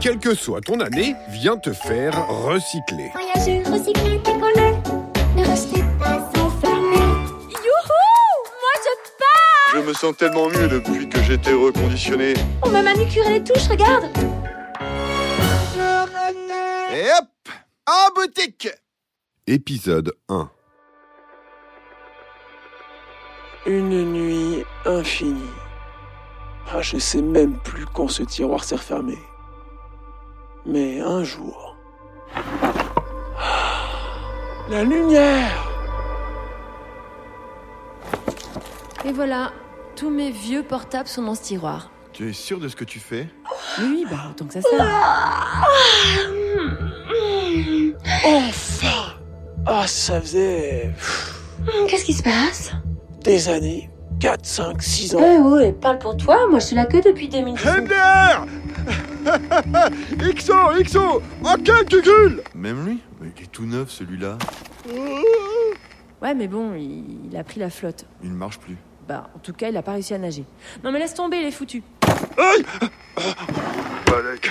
quelle que soit ton année, viens te faire recycler. Voyageurs, recyclés, décollés, ne restez pas enfermés. Youhou Moi je pars Je me sens tellement mieux depuis que j'étais reconditionné. On m'a manucuré les touches, regarde Et hop En boutique Épisode 1. Une nuit infinie. Ah, je sais même plus quand ce tiroir s'est refermé. Mais un jour. Ah, La lumière Et voilà, tous mes vieux portables sont dans ce tiroir. Tu es sûr de ce que tu fais Oui, oui, bah autant que ça sert. Enfin Ah, ça faisait. pff, Hum, Qu'est-ce qui se passe des années. 4, 5, 6 ans. Eh ouais, parle pour toi, moi je suis là que depuis 2019. MDR XO, XO Aucun Google Même lui Mais Il est tout neuf celui-là. Ouais, mais bon, il, il a pris la flotte. Il ne marche plus. Bah, en tout cas, il a pas réussi à nager. Non, mais laisse tomber, il est foutu. Balek,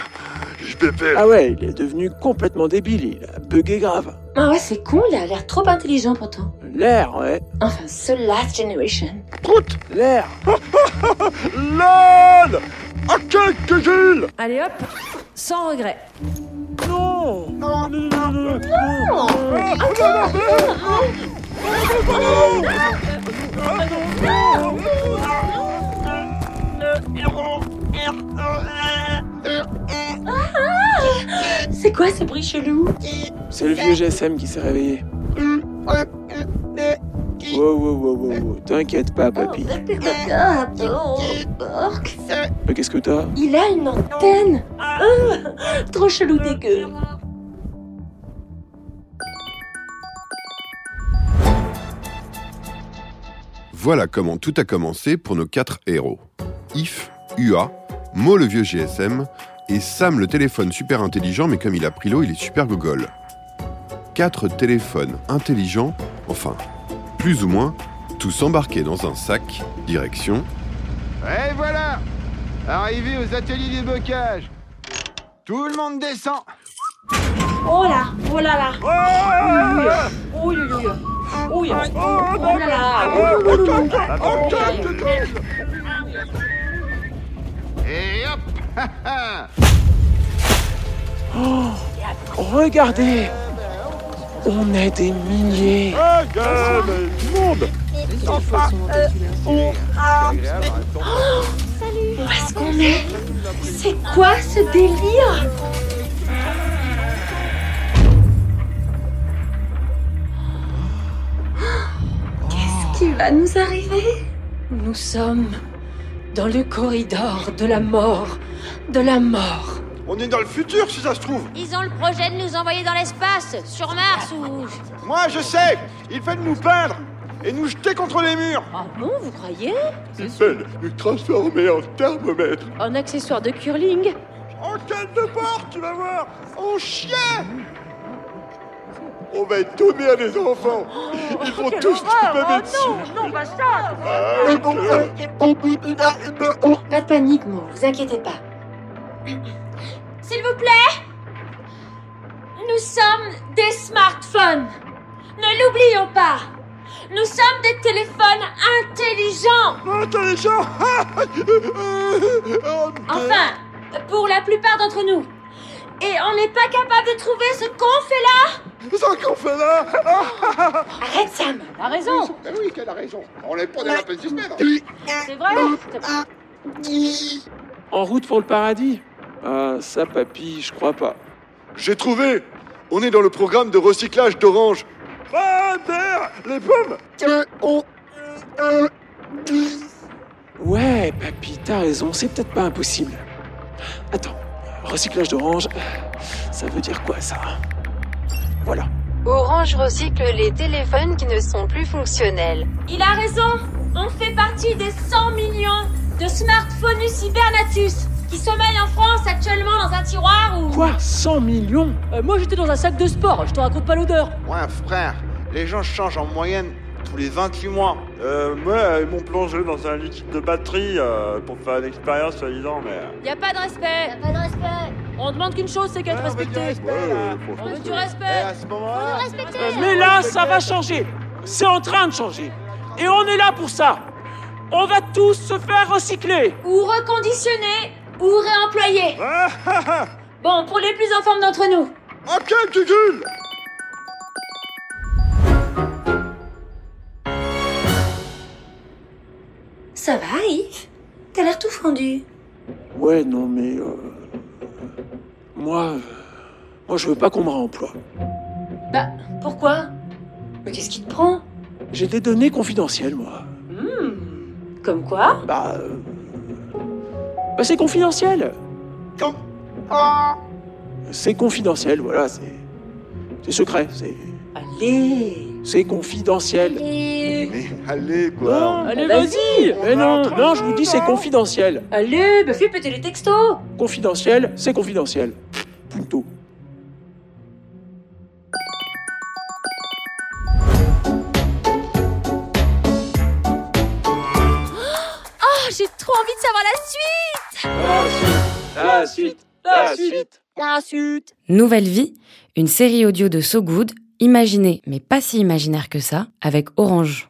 je pépère. Ah ouais, il est devenu complètement débile, il a bugué grave. Ah ouais, c'est con, il a l'air trop intelligent pourtant. L'air, ouais. Enfin, ce Last Generation. L'air. LOL Aucun Google Allez hop, sans regret. Non Non, non, non, non, C'est quoi ce bruit chelou C'est le vieux GSM qui s'est réveillé. Wow, wow, wow, wow, wow. T'inquiète pas, papy. Mais qu'est-ce que t'as Il a une antenne Ah, Trop chelou dégueu Voilà comment tout a commencé pour nos quatre héros. If, Ua, Mo le vieux GSM et Sam le téléphone super intelligent mais comme il a pris l'eau il est super gogol. Quatre téléphones intelligents, enfin, plus ou moins, tous embarqués dans un sac, direction... Et voilà Arrivé aux ateliers des bocages Tout le monde descend Oh là Oh là là Oh là là Oh là là Oh là là Et hop Regardez On est des milliers Où est-ce qu'on est C'est quoi ce délire Qu'est-ce qui va nous arriver Nous sommes dans le corridor de la mort, de la mort. On est dans le futur si ça se trouve Ils ont le projet de nous envoyer dans l'espace, sur Mars ou... Moi je sais Ils veulent nous peindre et nous jeter contre les murs Ah bon, vous croyez Ils veulent nous transformer en thermomètre En accessoire de curling En canne de porc, tu vas voir En chien On va être tombé à des enfants Ils vont tous nous Oh même bah Pas de panique, Mo, vous inquiétez pas. S'il vous plaît Nous sommes des smartphones Ne l'oublions pas Nous sommes des téléphones intelligents Intelligent Enfin, pour la plupart d'entre nous Et on n'est pas capable de trouver ce qu'on fait là C'est qu'on fait là Arrête, Sam T'as raison, Ben oui, qu'elle a raison On est pas dans la place du semaine c'est vrai. En route pour le paradis Ah, ça, papy, je crois pas. J'ai trouvé On est dans le programme de recyclage d'oranges. Ah merde Les pommes Ouais, papy, t'as raison, c'est peut-être pas impossible. Attends, recyclage d'orange, ça veut dire quoi ça Voilà. Orange recycle les téléphones qui ne sont plus fonctionnels. Il a raison On fait partie des 100 millions de smartphones hibernatus qui sommeillent en France actuellement dans un tiroir ou... Quoi 100 millions Euh, moi j'étais dans un sac de sport, je te raconte pas l'odeur. Ouais, frère, les gens changent en moyenne tous les 28 mois. Euh, moi, ils m'ont plongé dans un liquide de batterie euh, pour faire une expérience, soi-disant, mais... Y a pas de respect. Pas de respect On demande qu'une chose, c'est qu'être Ouais, on veut du respecté. respect, là. On veut du Eh, respect. à ce moment-là, Euh, Mais là, ça va changer. C'est en train de changer. Et on est là pour ça. On va tous se faire recycler. Ou reconditionner, ou réemployer. Ah, ah, ah. Bon, pour les plus en forme d'entre nous. Ok, tu gueules Ça va, Yves T'as l'air tout fondu. Ouais, non, mais. euh, moi. euh, moi, je veux pas qu'on me réemploie. Bah, Pourquoi Mais qu'est-ce qui te prend J'ai des données confidentielles, moi. Hmm. Comme quoi Bah. euh, bah, c'est confidentiel. Com- Ah. C'est confidentiel, voilà, c'est. C'est secret, c'est. Allez C'est confidentiel. Bah, Allez Ah, Mais allez, Non, quoi Allez, vas-y on Mais est non, entre non, nous, je vous dis, c'est là. confidentiel. Allez, bah fais péter les textos Confidentiel, c'est confidentiel. Punto. Oh, j'ai trop envie de savoir la suite Ah, La suite La suite L'insulte. Nouvelle Vie, une série audio de So Good, imaginée mais pas si imaginaire que ça, avec Orange.